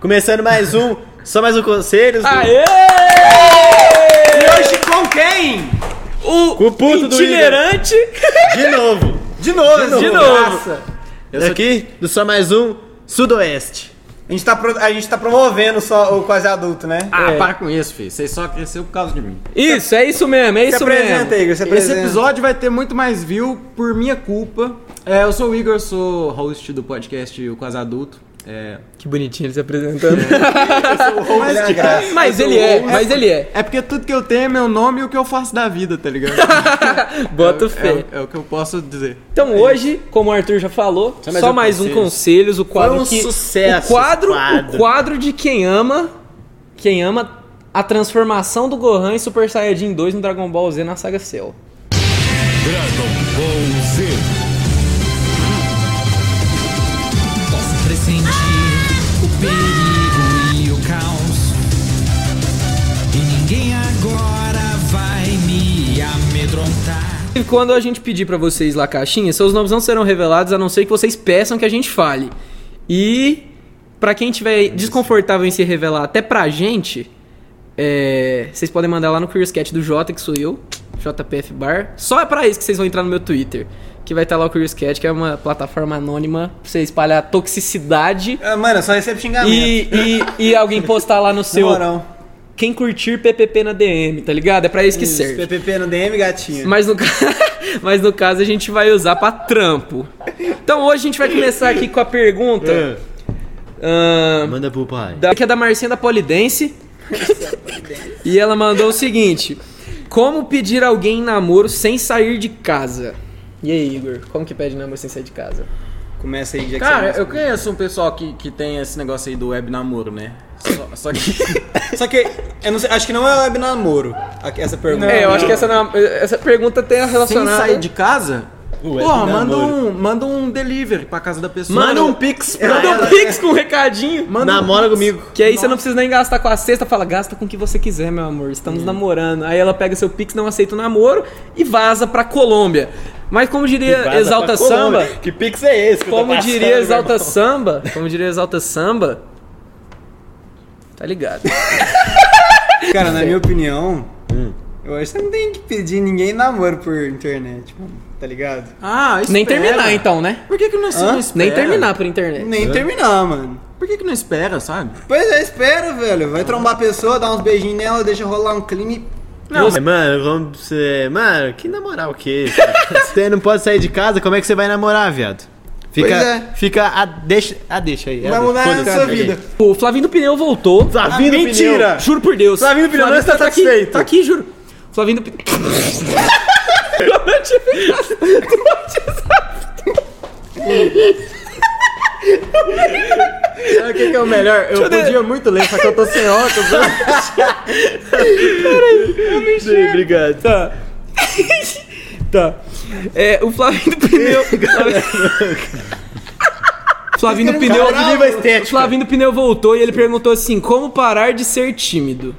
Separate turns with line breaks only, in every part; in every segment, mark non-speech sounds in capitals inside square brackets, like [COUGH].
Começando mais um, só mais um Conselhos. do-
Aê!
E hoje com quem?
O
Com o puto do
itinerante.
De novo.
De novo,
De novo.
de novo.
Eu sou- Daqui do só mais um Sudoeste.
A gente tá, pro- a gente tá promovendo só o quase adulto, né?
Ah,
É.
para com isso, filho. Vocês só cresceu por causa de mim.
Isso, é isso mesmo, é
se
isso
apresenta,
mesmo.
Igor,
Esse
se apresenta.
episódio vai ter muito mais view por minha culpa. É, eu sou o Igor, sou host do podcast O Quase Adulto. É,
Que bonitinho ele se apresentando.
É.
Olha a graça.
mas ele é, mas ele é.
é porque tudo que eu tenho é meu nome e o que eu faço da vida, tá [LAUGHS] ligado?
Bota o
um-
é,
fé.
o- é o que eu posso
é
dizer.
Então hoje, como o Arthur já falou, só mais,
mais
um,
um
conselhos. o quadro
Foi um
que
sucesso
o quadro,
esse quadro.
o quadro de quem ama, quem ama a transformação do Gohan em Super Saiyajin 2 no Dragon Ball Z na saga Cell.
Dragon Ball Z.
Posso pressentir o perigo e o caos. E ninguém agora vai me amedrontar.
E quando a gente pedir pra vocês lá a caixinha, seus nomes não serão revelados, a não ser que vocês peçam que a gente fale. E pra quem tiver desconfortável em se revelar até pra gente, é, vocês podem mandar lá no CuriousCat do Jota, que sou eu, JPF Bar. Só é pra isso que vocês vão entrar no meu Twitter, que vai estar lá o CuriousCat, que é uma plataforma anônima pra você espalhar toxicidade
Ah, Mano, eu só recebo xingamento.
e, e, e alguém postar lá no
Na
seu...
moral.
Quem curtir PPP na DM, tá ligado? É pra isso que serve.
PPP no DM, gatinho.
Mas no, ca- [LAUGHS] mas no caso a gente vai usar pra trampo. Então hoje a gente vai começar aqui com a pergunta ahn,
Manda pro pai.
da, que é da Marcinha da Polidense. e ela mandou o seguinte: Como pedir alguém em namoro sem sair de casa? E aí, Igor, como que pede namoro sem sair de casa?
Começa aí, já que
Cara,
você
eu conheço um pessoal que, que tem esse negócio aí do web namoro, né? Só, só que.
[LAUGHS] Só que, eu não sei, acho que não é web namoro, a- essa pergunta.
é, eu acho que essa, nam- essa pergunta tem a
sem
relacionada.
sair de casa?
web
Porra, manda
namoro.
um, manda um delivery pra casa da pessoa.
Manda um pix pra
Manda um
ela.
pix com um recadinho.
Manda um
Namora
pix.
comigo.
Que aí você não precisa nem gastar com a cesta, fala, gasta com o que você quiser, meu amor,
É.
estamos namorando. Aí ela pega seu pix, não aceita o namoro e vaza pra Colômbia. Mas como diria
Vaza
Exalta
pra
Samba,
Colômbia. Que pix é esse? que eu tô
como
passando,
diria
meu
Exalta
irmão?
Samba, como diria Exalta Samba, tá ligado.
Cara, na minha opinião,
Hum.
eu acho que você não tem que pedir ninguém namoro por internet, mano. Tá ligado?
Ah,
Nem
espera.
terminar então, né?
Por que, que não,
Hã?
não espera?
Nem terminar por
É
internet.
Nem terminar, mano.
Por que, que não espera, sabe?
Pois é, espera, velho. Vai trombar a pessoa, dar uns beijinhos nela, deixa rolar um clima
Não, mas, mano, como você. Mano, que é namorar o quê?
[LAUGHS]
você não pode sair de casa, como é que você vai namorar, viado? Fica.
Pois é.
Fica. A, deixa. Ah, deixa aí.
e
ah,
vai
deixa.
mudar a
Foda-se,
sua
tá aí.
vida. Ah,
O Flavinho do Pneu voltou.
Flavinho do Pneu.
Mentira! Juro por Deus.
Flavinho do Pneu não está
tá aqui,
satisfeito.
Tá aqui, juro. Flavinho do Pneu... [LAUGHS] Eu tinha ficado- eu tinha
[LAUGHS] Sabe o que, que é o melhor? Eu
eu ver.
podia muito ler, só que eu tô sem óculos. né?
Sim, obrigado.
Tá. tá. É, o Flavinho do
[LAUGHS]
Pneu. Flavinho do Pneu.
Caralho, nível estético.
Flavinho do Pneu voltou e ele perguntou assim: como parar de ser tímido?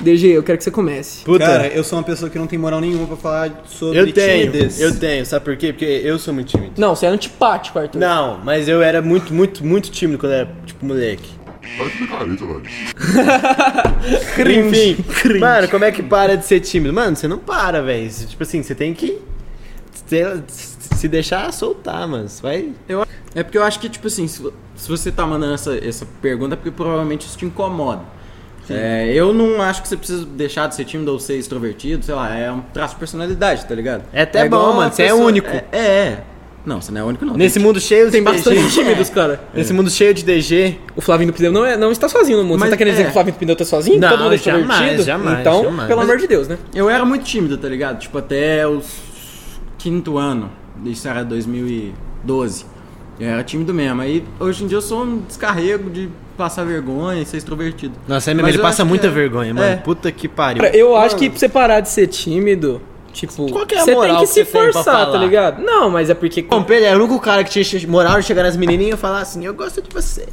DG, eu quero que você comece.
Puta.
Cara, é um eu sou uma pessoa que não tem moral nenhuma pra falar sobre
eu tenho.
timidez.
Eu tenho. Sabe por quê? Porque eu sou muito tímido.
Não, você é antipático, Arthur.
Não, mas eu era muito, muito, muito tímido quando era, tipo, moleque.
Vai te careta, velho.
[LAUGHS] Enfim, mano, como é que para de ser tímido? Mano, você não para, velho. Tipo assim, você tem que se- se deixar soltar, mano. Você vai.
Eu- É porque eu acho que, tipo assim, se, vo- se você tá mandando essa, essa pergunta, é porque provavelmente isso te incomoda. É, eu não acho que você precisa deixar de ser tímido ou ser extrovertido, sei lá, é um traço de personalidade, tá ligado?
É até bom,
igual a
mano, você é único.
É, é. Não, você não é único, não.
Nesse mundo cheio
Tem
de
bastante
DG.
tímidos, cara.
Nesse mundo cheio de DG.
O Flavinho do Pneu não, é, não está sozinho no mundo.
Mas
você tá querendo dizer
é.
que o Flavinho do Pneu tá sozinho? Que
Não,
Todo mundo é
jamais,
extrovertido?
jamais,
Então,
jamais.
pelo
Mas-
amor de Deus, né?
Eu era muito tímido, tá ligado? Tipo, até os quinto ano. Isso era 2012. Eu era tímido mesmo. Aí hoje em dia eu sou um descarrego de passar vergonha e ser extrovertido.
Nossa, é mesmo,
Mas
ele
eu
passa
acho que
muita
é-
vergonha, mano.
é.
Puta que pariu.
Cara, eu acho que pra você parar de ser tímido, tipo,
Qual que é a
você tem
moral
que
que
se
você tem pra
forçar, tá
falar?
ligado? Não, mas é porque.
Bom, Pedro era o único cara que tinha che- moral de chegar nas menininhas e falar assim: Eu gosto de você.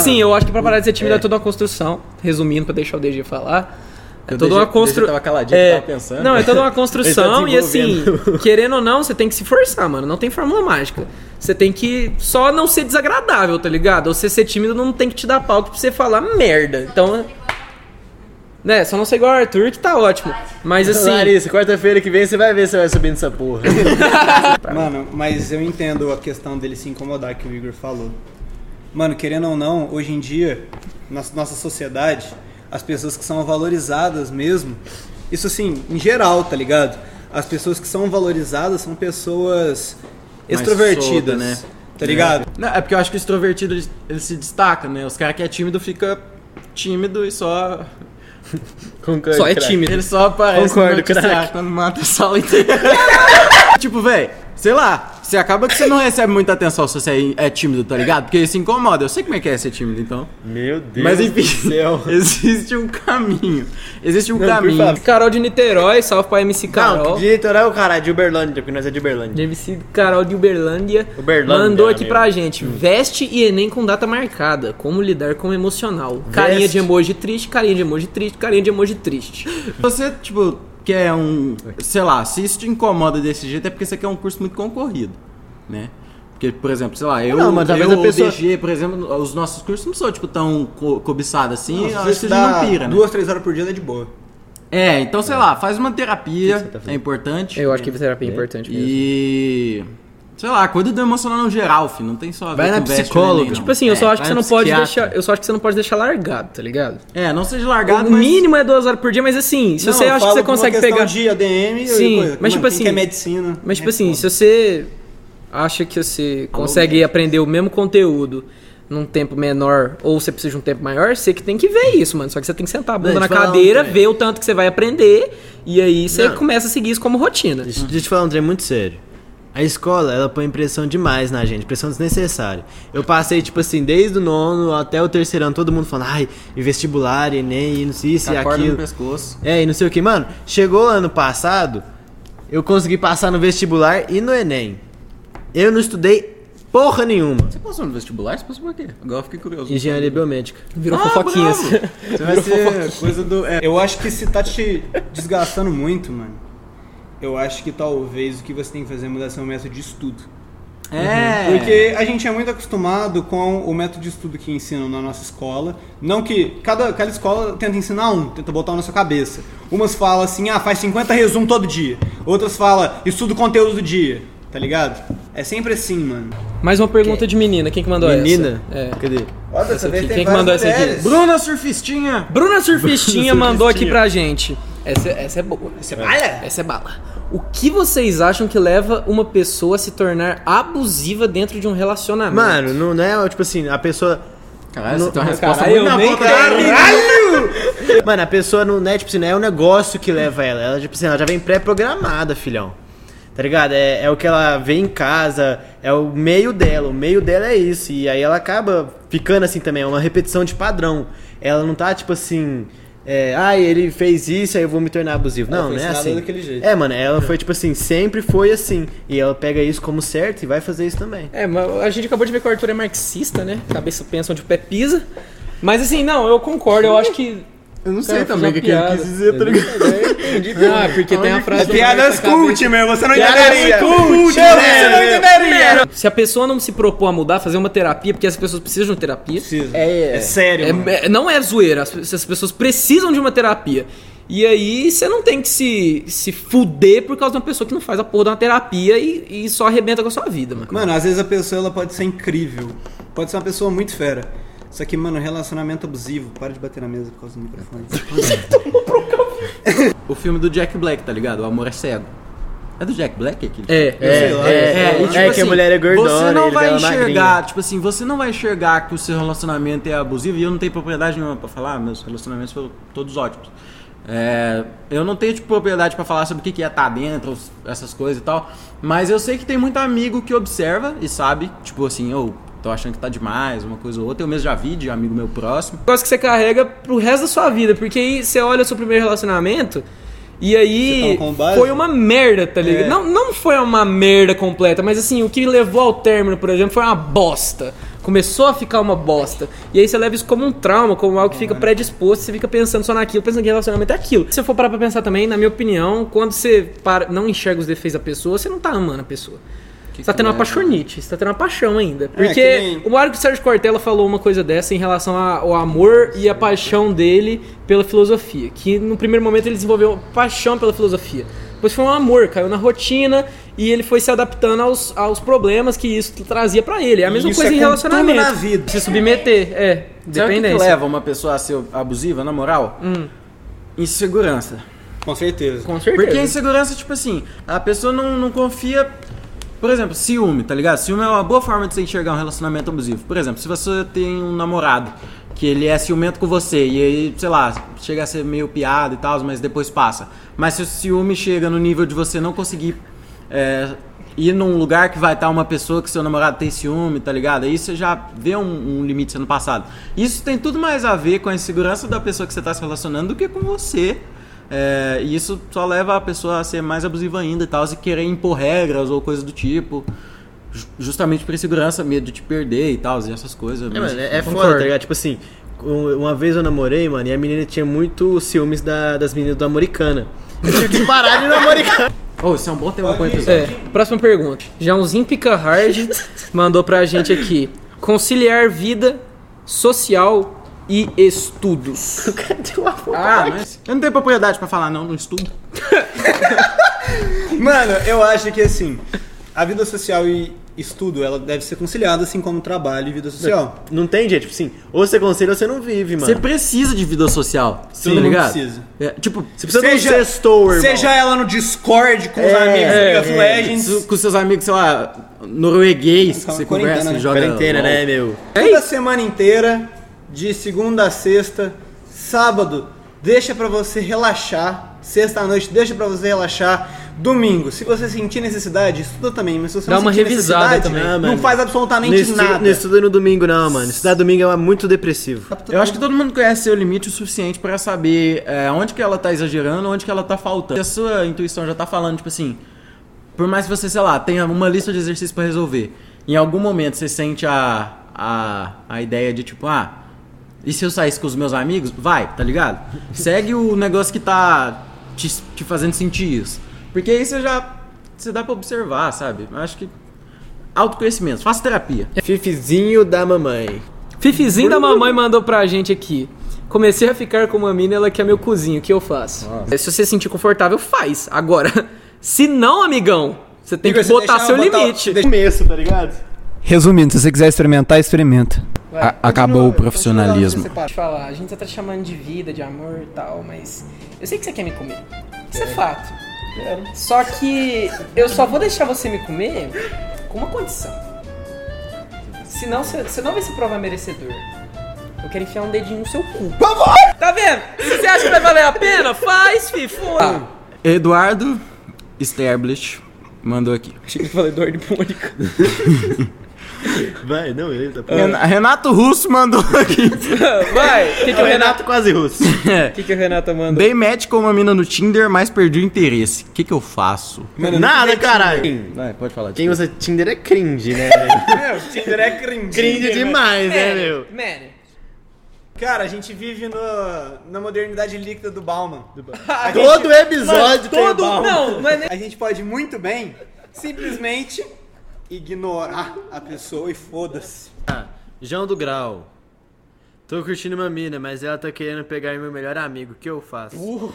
Sim, eu acho que pra parar de ser tímido é, toda uma construção. Resumindo, pra deixar o DG falar. É
O
toda
DG
uma construção.
tava caladinho, tava pensando.
Não, é toda
[LAUGHS]
uma
Ele tá
construção e assim,
desenvolvendo.
querendo ou não, você tem que se forçar, mano. Não tem fórmula mágica. Você tem que só não ser desagradável, tá ligado? Ou você ser tímido não tem que te dar palco pra você falar merda. Então, né, só não ser igual o Arthur que tá ótimo. Mas assim,
Larissa, quarta-feira que vem você vai ver se vai subir nessa
[LAUGHS]
porra.
Tá
Mano, mas eu entendo a questão dele se incomodar que o Igor falou. Mano, querendo ou não, hoje em dia, na nossa sociedade, as pessoas que são valorizadas mesmo, isso assim, em geral, tá ligado? As pessoas que são valorizadas são pessoas
Mais
extrovertidas,
solta, né?
né? Tá ligado?
Não, é porque eu acho que o extrovertido ele, ele se destaca, né? Os caras que é tímido fica tímido e só.
Concordo,
só é
craque.
tímido.
Ele só aparece
Concordo,
no noticiário
craque.
quando mata a sala inteira. [LAUGHS] tipo, velho, sei lá, você acaba que você não recebe muita atenção se você é, é tímido, tá ligado? Porque se incomoda. Eu sei como é que é ser tímido, então.
Meu Deus
Mas enfim,
do céu.
[LAUGHS] existe um caminho. Existe um
Não, por
caminho.
favor.
Carol de Niterói, salve pra MC
Não,
Carol.
que diretoral é o caralho de Uberlândia, porque nós é de Uberlândia.
de MC Carol de Uberlândia,
Uberlândia,
mandou aqui
amigo.
pra gente. Veste e Enem com data marcada. Como lidar com o emocional? Carinha de emoji triste, carinha de emoji triste, carinha de emoji triste.
Você, tipo, quer um. Sei lá, se isso te incomoda desse jeito é porque você quer um curso muito concorrido, né? Porque, por exemplo, sei lá, eu,
Não, mas talvez
eu
a pessoa-
DG, por exemplo, os nossos cursos não são, tipo, tão co cobiçados assim,
Se
a
você
gente não
estudar
pira, né?
duas, três horas por dia tá de boa.
É, então, sei lá, faz uma terapia,
O que que você tá fazendo?
é importante.
Eu acho que terapia é importante mesmo.
E. Sei lá, cuida do emocional no geral, filho. Não tem só. a ver
Vai
com
na
veste,
psicóloga.
neném, não.
Tipo assim, eu
É,
só acho
vai
que você
no
não pode
psiquiatra.
deixar, eu só acho que você não pode deixar largado, tá ligado?
É, não seja largado,
o
mas-
mínimo é duas horas por dia, mas assim, se
Não,
você
eu
acha que
falo
você
por uma
consegue
questão
pegar
de ADM,
Sim,
coisa.
mas
Mano,
tipo
quem
assim-
quer medicina.
Mas, tipo
né,
assim,
pô.
se você acha que você consegue aprender o mesmo conteúdo num tempo menor ou você precisa de um tempo maior, você que tem que ver isso, mano. Só que você tem que sentar a bunda
Não, te
na
falar um
cadeira,
trem.
ver o tanto que você vai aprender e aí você
Não.
começa a seguir isso como rotina.
Deixa, deixa eu te falar um trem muito sério. A escola, ela põe pressão demais na gente, pressão desnecessária. Eu passei, tipo assim, desde o nono até o terceiro ano, todo mundo falando, ai, e vestibular, Enem, e não sei isso e
Acorda no
aquilo.
pescoço.
É, e não sei o que. Mano, chegou ano passado, eu consegui passar no vestibular e no Enem. Eu não estudei porra nenhuma.
Você passou no vestibular? Você passou por quê? Agora eu fiquei curioso.
Engenharia biomédica.
Virou
Ah,
fofoquinhas.
assim.
bravo.
Você vai ser coisa do. é, eu acho que se tá te desgastando muito, mano, eu acho que talvez o que você tem que fazer é mudar seu método de estudo.
É.
Porque a gente é muito acostumado com o método de estudo que ensinam na nossa escola. Não que. Cada, cada escola tenta ensinar um, tenta botar um na sua cabeça. Umas falam assim, ah, faz 50 resumos todo dia. Outras falam, estuda o conteúdo do dia. Tá ligado? É sempre assim, mano.
Mais uma pergunta de menina, quem que mandou
Menina?
essa? É.
Cadê?
Olha,
Essa vez aqui. tem Quem que várias mandou essa aqui? mulheres.
Bruna Surfistinha!
Bruna Surfistinha mandou aqui pra gente. Essa, essa é boa. Essa é
bala?
Essa é bala. O que vocês acham que leva uma pessoa a se tornar abusiva dentro de um relacionamento?
Mano, não, não é tipo assim, a pessoa.
Caralho,
No-
você tem uma resposta
Caralho,
muito na
eu nem
boca
quero.
da
Mano, a pessoa não é, tipo assim, não é o negócio que leva ela. Ela, tipo assim, ela já vem pré-programada, filhão. Tá ligado? É, é o que ela vê em casa, é o meio dela. O meio dela é isso. E aí ela acaba ficando assim também, é uma repetição de padrão. Ela não tá, tipo assim. É, ah, ele fez isso, aí eu vou me tornar abusivo.
Ela
não,
foi
não é
ensinada
assim.
daquele jeito.
É, mano, ela foi tipo assim, sempre foi assim. E ela pega isso como certo e vai fazer isso também.
É, mas a gente acabou de ver que o Arthur é marxista, né? Cabeça pensa onde o pé pisa. Mas assim, não, eu concordo, eu acho que.
Eu não
Cara,
sei também o que,
fiz
que
uma
ele quis
piada. É,
dizer, tá ligado? [LAUGHS]
Ah, porque tem a frase. do Marx na cabeça.
é meu, você não
entenderia.
Cult, né? você não entenderia.
Se a pessoa não se propor a mudar, fazer uma terapia, porque as pessoas precisam de uma terapia.
É, sério, mano.
É- é- não é zoeira, as, as pessoas precisam de uma terapia. E aí você não tem que se, se fuder por causa de uma pessoa que não faz a porra de uma terapia e, e só arrebenta com a sua vida, mano.
Mano, às vezes a pessoa ela pode ser incrível. Pode ser uma pessoa muito fera. Só que, mano, relacionamento abusivo. Para de bater na mesa por causa do microfone.
O filme do Jack Black, tá ligado? O Amor é Cego. É do Jack Black aquele?
É,
É,
é.
lá,
é,
sei lá.
é,
e, tipo
é que a
assim,
mulher é gordona,
Você não
ele
vai
dela é
enxergar,
magrinho.
tipo assim, você não vai enxergar que o seu relacionamento é abusivo e eu não tenho propriedade nenhuma pra falar, meus relacionamentos foram todos ótimos. É, eu não tenho tipo, propriedade pra falar sobre o que, que é tá dentro, os- essas coisas e tal, mas eu sei que tem muito amigo que observa e sabe, tipo assim, eu tô achando que tá demais, uma coisa ou outra, eu mesmo já vi de amigo meu próximo.
Um negócio que você carrega pro resto da sua vida, porque aí você olha o seu primeiro relacionamento e aí
Você toma como base?
foi uma merda, tá ligado?
É.
Não, não foi uma merda completa, mas assim, o que levou ao término, por exemplo, foi uma bosta. Começou a ficar uma bosta. E aí você leva isso como um trauma, como algo que fica
Uhum.
predisposto, você fica pensando só naquilo, pensando que relacionamento é aquilo. Se eu for parar pra pensar também, na minha opinião, quando você para, não enxerga os defeitos da pessoa, você não tá amando a pessoa. Você tá tendo uma paixonite, você tá tendo uma paixão ainda. Porque
é? que nem-
o Mário Sérgio Cortella falou uma coisa dessa em relação a- ao amor e a paixão dele pela filosofia. Que no primeiro momento ele desenvolveu uma paixão pela filosofia. Depois foi um amor, caiu na rotina e ele foi se adaptando aos, aos problemas que isso trazia pra ele. É a mesma
Isso
coisa em
é com
relacionamento.
tudo na vida.
Se submeter, é.
Sabe o que que
Dependência.
leva uma pessoa a ser abusiva, na moral? Insegurança.
Com certeza.
Com certeza.
Porque a insegurança, tipo assim, a pessoa não, não confia. Por exemplo, ciúme, tá ligado? Ciúme é uma boa forma de você enxergar um relacionamento abusivo. Por exemplo, se você tem um namorado que ele é ciumento com você e aí, sei lá, chega a ser meio piada e tal, mas depois passa. Mas se o ciúme chega no nível de você não conseguir é, ir num lugar que vai estar uma pessoa que seu namorado tem ciúme, tá ligado? Aí você já vê um, um limite sendo passado. Isso tem tudo mais a ver com a insegurança da pessoa que você tá se relacionando do que com você. É, e isso só leva a pessoa a ser mais abusiva ainda e tal, e querer impor regras ou coisa do tipo. ju- Justamente por insegurança, medo de te perder e tal, e essas coisas.
É,
mas-
mano, é, é
Concordo.
foda, tá ligado? Tipo assim, um- uma vez eu namorei, mano, e a menina tinha muito ciúmes da- das meninas do Americana. Eu tive que parar de [LAUGHS] namorar.
Oh, isso é um bom tema pra um episódio.
É, próxima pergunta. Joãozinho Pica
[LAUGHS]
Hard mandou pra gente aqui. Conciliar vida social e estudos.
Ah, mas eu não tenho propriedade pra falar, não, não estudo.
Mano, eu acho que assim, a vida social e estudo, ela deve ser conciliada, assim como trabalho e vida social.
Não tem jeito, tipo assim, ou você conselha ou você não vive, mano.
Você precisa de vida social,
Sim.
tá ligado?
Precisa.
É, tipo,
Você precisa de um sextou, irmão.
seja ela no Discord com os amigos
é,
League of
é.
Legends.
se- com seus amigos, sei lá, norueguês, que
Então,
você
quarentena,
conversa,
né?
e joga.
Quarentena,
LOL.
né, meu?
Toda semana inteira, de segunda a sexta, sábado, deixa pra você relaxar. Sexta à noite, deixa pra você relaxar. Domingo, se você sentir necessidade, estuda também. Mas se você
Dá
não
uma
sentir
revisada
necessidade,
também.
Ah,
não
mano.
faz absolutamente
Não estuda-
nada.
Não estuda no domingo, não, mano. Estudar domingo é muito depressivo.
Eu acho que todo mundo conhece seu limite o suficiente pra saber é, onde que ela tá exagerando, onde que ela tá faltando. Se a sua intuição já tá falando, tipo assim, por mais que você, sei lá, tenha uma lista de exercícios pra resolver, em algum momento você sente a, a, a ideia de tipo, ah, e se eu saísse com os meus amigos? Vai, tá ligado? Segue o negócio que tá te, te fazendo sentir isso. Porque aí você já. Você dá pra observar, sabe? Eu Acho que. Autoconhecimento, faça terapia.
Fifizinho É da mamãe.
Fifizinho
Uh!
da mamãe mandou pra gente aqui. Comecei a ficar com uma mina, ela que é meu cozinho, o que eu faço? É, Se você se sentir confortável, faz. Agora, [LAUGHS] se não, amigão, você tem
Igor,
que
você
botar
deixa-
seu
botar-
limite.
deixa-
Começo, tá ligado?
Resumindo, se você quiser experimentar, experimenta.
acabou o profissionalismo.
te falar, a gente tá te chamando de vida, de amor e tal, mas eu sei que você quer me comer. Isso é fato. Só que eu só vou deixar você me comer com uma condição. Senão você, você não vai se provar merecedor. Eu quero enfiar um dedinho no seu cu. Tá vendo? Se você acha que vai valer a pena, faz, fi, foi.
Eduardo Sterblich mandou aqui.
achei que eu falei dor de Mônica.
Vai, não, ele tá
Ren- Renato Russo mandou aqui.
[LAUGHS] Vai, o que, que o Renato...
É quase russo.
O que, que o Renato mandou?
Dei match com uma mina no Tinder, mas perdi o interesse. O que, que eu faço?
Nada, caralho.
Vai, pode falar.
Quem usa Tinder é cringe, né? [LAUGHS]
Meu, Tinder é cringe.
cringe demais, né, meu?
Man,
Cara, a gente vive no, na modernidade líquida do Bauman. A gente-
Todo episódio tem
todo...
bala.
Não, não é nem...
A gente pode muito bem simplesmente ignorar a pessoa e foda-se.
João do Grau. Tô curtindo uma mina, mas ela tá querendo pegar meu melhor amigo. O que eu faço?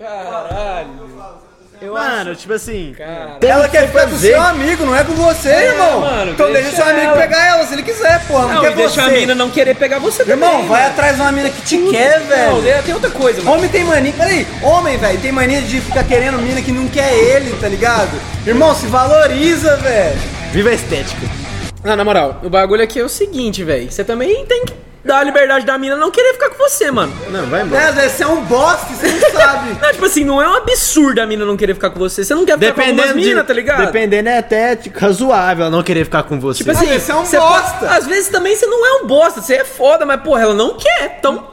Caralho.
Mano, tipo assim.
Ela quer ficar com o seu amigo, não é com você, irmão.
mano,
então deixa o seu
deixa
amigo
ela.
pegar ela se ele quiser, porra. Não,
Não,
quer
e deixa
você.
a mina não querer pegar você também.
Irmão, vai
mano.
atrás de uma mina que te quer,
Não,
velho.
daí tem outra coisa, mano.
Homem tem mania, peraí, homem, velho, tem mania de ficar querendo mina que não quer ele, tá ligado? Irmão, se valoriza, velho.
Viva a estética.
Não, na moral, o bagulho aqui é o seguinte, velho. Você também tem que dar a liberdade da mina não querer ficar com você, mano.
Não, vai
É,
embora.
às vezes você é um bosta, você
[LAUGHS]
não sabe.
Não, tipo assim, não é um absurdo a mina não querer ficar com você. Você não quer ficar com algumas
Dependendo
minas,
de-
tá ligado?
Dependendo é até tipo, razoável ela não querer ficar com você.
Tipo assim,
Às vezes você é um
você
bosta.
po- Às vezes também você não é um bosta, você é foda, mas porra, ela não quer, então.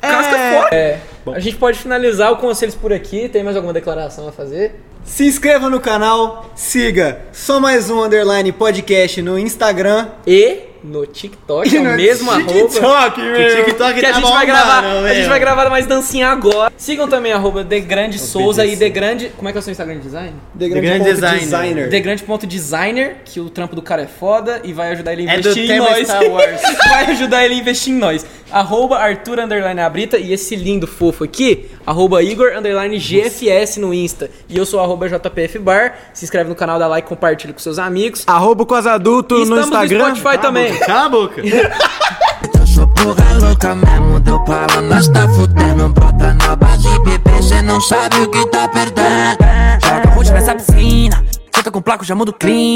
Casca fora. É. A gente pode finalizar o conselhos por aqui. Tem mais alguma declaração a fazer?
Se inscreva no canal, siga só mais um underline podcast no Instagram.
E no [LAUGHS] TikTok, é a mesma arroba.
TikTok, meu. Que TikTok
Que a
tá
gente vai gravar,
bombando,
a gente
meu.
vai gravar mais dancinha agora. Sigam também arroba The Grande Souza e The Grande, como é que é o seu Instagram de design?
The
Grande
Ponto
Designer.
The Grande ponto designer, que o trampo do cara é foda e vai ajudar ele a
É do
investir em
tema
nós.
Star Wars.
[LAUGHS] vai ajudar ele a investir em nós. Arroba Arthur underline Abrita e esse lindo fofo aqui, arroba Igor underline GFS no Insta. E eu sou arroba JPF Bar. Se inscreve no canal, dá like, compartilha com seus amigos.
Arroba o
E
Cosadulto no
estamos
Instagram.
no Spotify também.
Cala a boca.
Eu sou porra louca mesmo, deu pra lá, nós tá fudendo Bota na base, bebê, cê não sabe o que tá perdendo Joga o nessa piscina, senta com placo, já muda o clima